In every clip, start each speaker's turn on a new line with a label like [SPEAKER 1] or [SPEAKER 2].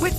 [SPEAKER 1] With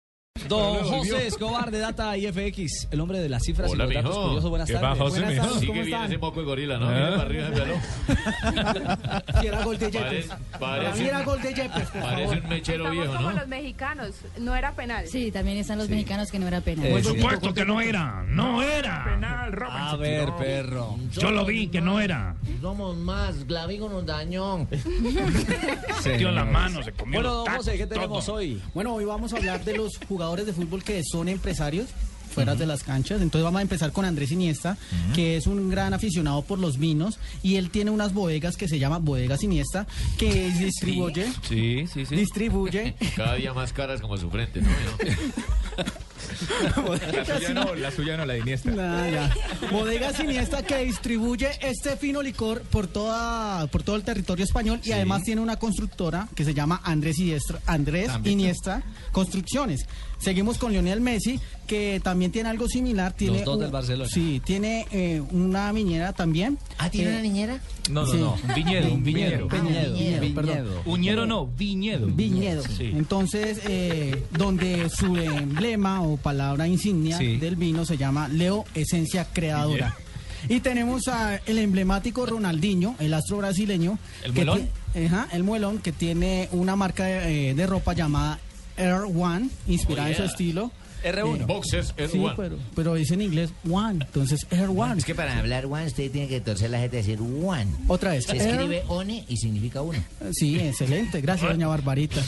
[SPEAKER 2] Don José Escobar de Data IFX, el hombre de las cifras
[SPEAKER 3] Hola,
[SPEAKER 2] y los datos
[SPEAKER 3] mijo.
[SPEAKER 2] curiosos. Buenas
[SPEAKER 3] ¿Qué
[SPEAKER 2] tardes.
[SPEAKER 3] va, José,
[SPEAKER 2] Buenas
[SPEAKER 3] mijo?
[SPEAKER 2] tardes,
[SPEAKER 3] Sí
[SPEAKER 2] ¿cómo
[SPEAKER 3] que viene
[SPEAKER 2] están?
[SPEAKER 3] ese moco de gorila,
[SPEAKER 4] ¿Eh?
[SPEAKER 3] ¿no? Viene para arriba, míralo.
[SPEAKER 2] Quiera gol de Yepes.
[SPEAKER 3] Parece-
[SPEAKER 2] Para mí
[SPEAKER 3] Parece,
[SPEAKER 2] era gol de Yepes, por
[SPEAKER 3] parece
[SPEAKER 2] favor.
[SPEAKER 3] un mechero
[SPEAKER 5] Estamos
[SPEAKER 3] viejo,
[SPEAKER 5] como
[SPEAKER 3] ¿no?
[SPEAKER 5] los mexicanos, no era penal.
[SPEAKER 6] Sí, también están los mexicanos que no era pena.
[SPEAKER 7] Eh,
[SPEAKER 2] Eso.
[SPEAKER 8] supuesto que no
[SPEAKER 3] Ah,
[SPEAKER 8] era, no era.
[SPEAKER 2] A ver, perro.
[SPEAKER 8] Yo lo vi que no era.
[SPEAKER 4] Somos más, Glavigo nos dañó.
[SPEAKER 8] Metió la mano, se comió
[SPEAKER 2] Bueno,
[SPEAKER 8] los
[SPEAKER 2] don
[SPEAKER 8] tacos,
[SPEAKER 2] José, ¿qué tenemos
[SPEAKER 8] todo.
[SPEAKER 2] hoy?
[SPEAKER 4] Bueno, hoy vamos a hablar de los jugadores de fútbol que son empresarios fuera de las canchas. Entonces vamos a empezar con Andrés Iniesta, que es un gran aficionado por los vinos y él tiene unas bodegas que se llama Bodegas Iniesta, que distribuye,
[SPEAKER 3] Sí, sí, sí.
[SPEAKER 4] distribuye
[SPEAKER 3] Cada día más caras como su frente, ¿no?
[SPEAKER 2] Bodegas
[SPEAKER 3] la suya no, la de
[SPEAKER 4] Ah, ya. Bodegas Iniesta que distribuye este fino licor por toda por todo el territorio español y además tiene una constructora que se llama Andrés Iniesta, Andrés Iniesta Construcciones. Seguimos con Lionel Messi que también tiene algo similar, tiene
[SPEAKER 2] dos
[SPEAKER 4] un-
[SPEAKER 2] del Barcelona.
[SPEAKER 4] Sí, tiene eh, una minera también. Eh,
[SPEAKER 6] Ah, ¿tiene una niñera? Ah,
[SPEAKER 4] No, no, no, un viñedo, un viñedo.
[SPEAKER 6] viñedo, viñedo.
[SPEAKER 4] perdón.
[SPEAKER 8] Uñero no, viñedo.
[SPEAKER 4] Viñedo. Entonces, eh, donde su emblema o palabra insignia del vino se llama Leo Esencia Creadora. Y tenemos a el emblemático Ronaldinho, el astro brasileño.
[SPEAKER 8] ¿El
[SPEAKER 4] que
[SPEAKER 8] muelón?
[SPEAKER 4] tie- Ajá, el muelón, que tiene una marca de, eh, de ropa llamada Air One, inspirada en su estilo.
[SPEAKER 2] R1.
[SPEAKER 3] Boxers es
[SPEAKER 4] Sí,
[SPEAKER 3] one.
[SPEAKER 4] pero, pero dice en inglés One, entonces Air One.
[SPEAKER 7] Es que para hablar one, usted tiene que torcer la gente y decir one.
[SPEAKER 4] Otra vez.
[SPEAKER 7] Se
[SPEAKER 4] Air-
[SPEAKER 7] escribe one y significa uno.
[SPEAKER 4] Eh, Sí, excelente. Gracias, doña Barbarita.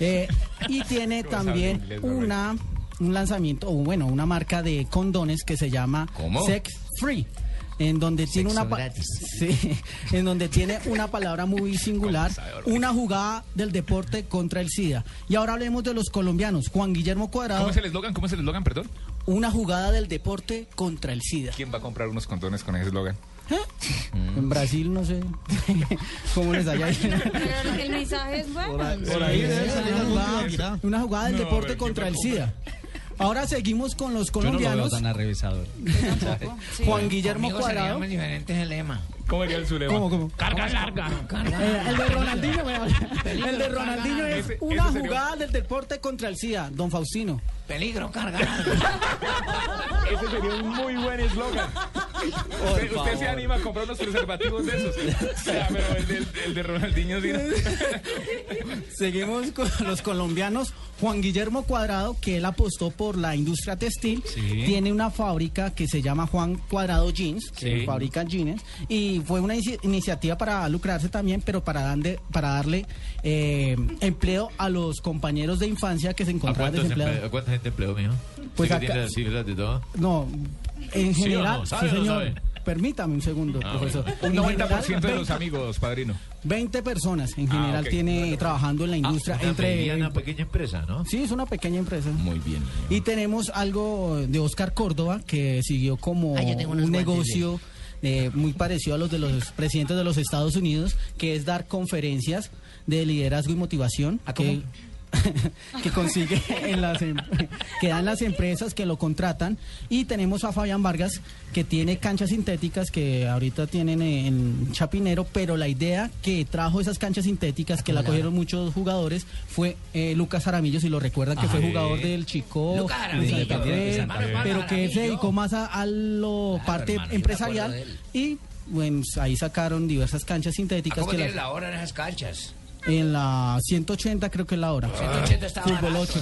[SPEAKER 4] Eh, y tiene también una un lanzamiento, o bueno, una marca de condones que se llama
[SPEAKER 7] ¿Cómo?
[SPEAKER 4] Sex Free. En donde tiene una pa-
[SPEAKER 7] gratis.
[SPEAKER 4] sí, en donde tiene una palabra muy singular, una jugada del deporte contra el SIDA. Y ahora hablemos de los colombianos. Juan Guillermo Cuadrado,
[SPEAKER 8] el eslogan? ¿Cómo es el eslogan, perdón?
[SPEAKER 4] una jugada del deporte contra el SIDA.
[SPEAKER 8] ¿Quién va a comprar unos condones con ese eslogan? Mm.
[SPEAKER 4] En Brasil no sé cómo les haya ido.
[SPEAKER 5] Pero el mensaje es bueno.
[SPEAKER 2] Por ahí debe
[SPEAKER 4] Una
[SPEAKER 2] salir
[SPEAKER 6] Ah,
[SPEAKER 4] jugada-
[SPEAKER 2] algún día.
[SPEAKER 4] Una jugada del deporte contra el SIDA. Ahora seguimos con los
[SPEAKER 2] Yo no lo veo
[SPEAKER 4] colombianos.
[SPEAKER 2] tan arrevisador.
[SPEAKER 4] Juan Guillermo Cuadrado. Eh,
[SPEAKER 7] diferente el lema.
[SPEAKER 8] ¿Cómo era el su lema?
[SPEAKER 4] ¿Cómo, cómo?
[SPEAKER 8] Carga larga.
[SPEAKER 4] Eh, el de Ronaldinho, me habla. el de Ronaldinho es
[SPEAKER 8] Ese-
[SPEAKER 4] una
[SPEAKER 8] ese sería-
[SPEAKER 4] jugada del deporte contra el SIDA, don Faustino.
[SPEAKER 7] Peligro, carga.
[SPEAKER 8] Ese sería un muy buen eslogan. Usted, usted se anima a comprar unos preservativos de esos. O sea, pero el de, el de Ronaldinho sí.
[SPEAKER 4] Seguimos con los colombianos. Juan Guillermo Cuadrado, que él apostó por la industria textil, tiene una fábrica que se llama Juan Cuadrado Jeans, que fabrica jeans, y fue una inici- iniciativa para lucrarse también, pero para, dande- para darle eh, empleo a los compañeros de infancia que se
[SPEAKER 3] ¿A
[SPEAKER 4] encontraban
[SPEAKER 3] cuántos emple-
[SPEAKER 4] desempleados.
[SPEAKER 3] a cuánta gente empleó, mijo?
[SPEAKER 4] Pues
[SPEAKER 3] Pues
[SPEAKER 4] acá-
[SPEAKER 3] acá... Ah, tiene las cifras de todo?
[SPEAKER 4] No, en
[SPEAKER 3] ¿Sí o
[SPEAKER 4] general,
[SPEAKER 3] no? ¿Sabe
[SPEAKER 4] sí,
[SPEAKER 3] o no
[SPEAKER 4] señor.
[SPEAKER 3] sabe? Ah,
[SPEAKER 4] Permítame un segundo, profesor.
[SPEAKER 8] Un
[SPEAKER 4] En general,
[SPEAKER 8] 90% de
[SPEAKER 4] 20
[SPEAKER 8] los amigos, padrino.
[SPEAKER 4] 20 personas en general
[SPEAKER 8] ok.
[SPEAKER 4] tiene trabajando en la industria
[SPEAKER 3] Ah, una
[SPEAKER 4] entre em-
[SPEAKER 3] mediana, pequeña empresa, ¿no?
[SPEAKER 4] Sí, es una pequeña empresa.
[SPEAKER 7] Muy bien.
[SPEAKER 4] Y tenemos algo de Oscar Córdoba que siguió como
[SPEAKER 7] Ah, yo tengo unos
[SPEAKER 4] un
[SPEAKER 7] guantes
[SPEAKER 4] negocio eh, muy parecido a los de los presidentes de los Estados Unidos, que es dar conferencias de liderazgo y motivación. que, que consigue en las em- que dan las empresas que lo contratan y tenemos a Fabián Vargas que tiene canchas sintéticas que ahorita tienen en Chapinero pero la idea que trajo esas canchas sintéticas que la cogieron muchos jugadores fue eh, Lucas Aramillo si lo recuerdan que fue jugador del Chico
[SPEAKER 7] Ah,
[SPEAKER 4] de
[SPEAKER 7] Lucas Jaramillo.
[SPEAKER 4] Santa Fe,
[SPEAKER 7] Hermano,
[SPEAKER 4] pero que él se
[SPEAKER 7] Jaramillo.
[SPEAKER 4] dedicó más a, a lo
[SPEAKER 7] Oh. Claro,
[SPEAKER 4] parte
[SPEAKER 7] hermano, yo me
[SPEAKER 4] empresarial
[SPEAKER 7] acuerdo
[SPEAKER 4] y bueno, ahí sacaron diversas canchas sintéticas
[SPEAKER 7] ¿Cómo
[SPEAKER 4] que
[SPEAKER 7] tiene
[SPEAKER 4] las-
[SPEAKER 7] la hora en esas canchas?
[SPEAKER 4] en la 180 creo que es la hora
[SPEAKER 7] 180 está
[SPEAKER 4] fútbol
[SPEAKER 7] barato.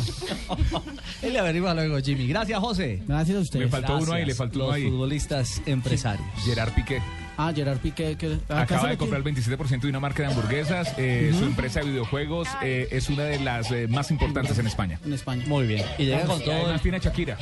[SPEAKER 4] 8
[SPEAKER 2] Él le averigua luego, Jimmy. Gracias, José.
[SPEAKER 4] Gracias a ustedes.
[SPEAKER 8] Me faltó uno ahí, le faltó
[SPEAKER 2] Los
[SPEAKER 8] uno ahí.
[SPEAKER 2] futbolistas empresarios.
[SPEAKER 8] Gerard Piqué.
[SPEAKER 4] Ah, Gerard Piqué. Que, acá se
[SPEAKER 8] Acaba
[SPEAKER 4] lo
[SPEAKER 8] de comprar el 27% de una marca de hamburguesas. eh, Su empresa de videojuegos eh, es una de las eh, más importantes en España.
[SPEAKER 4] tiene En España.
[SPEAKER 2] Muy bien. Y llega con todo el
[SPEAKER 8] Además tiene a Shakira.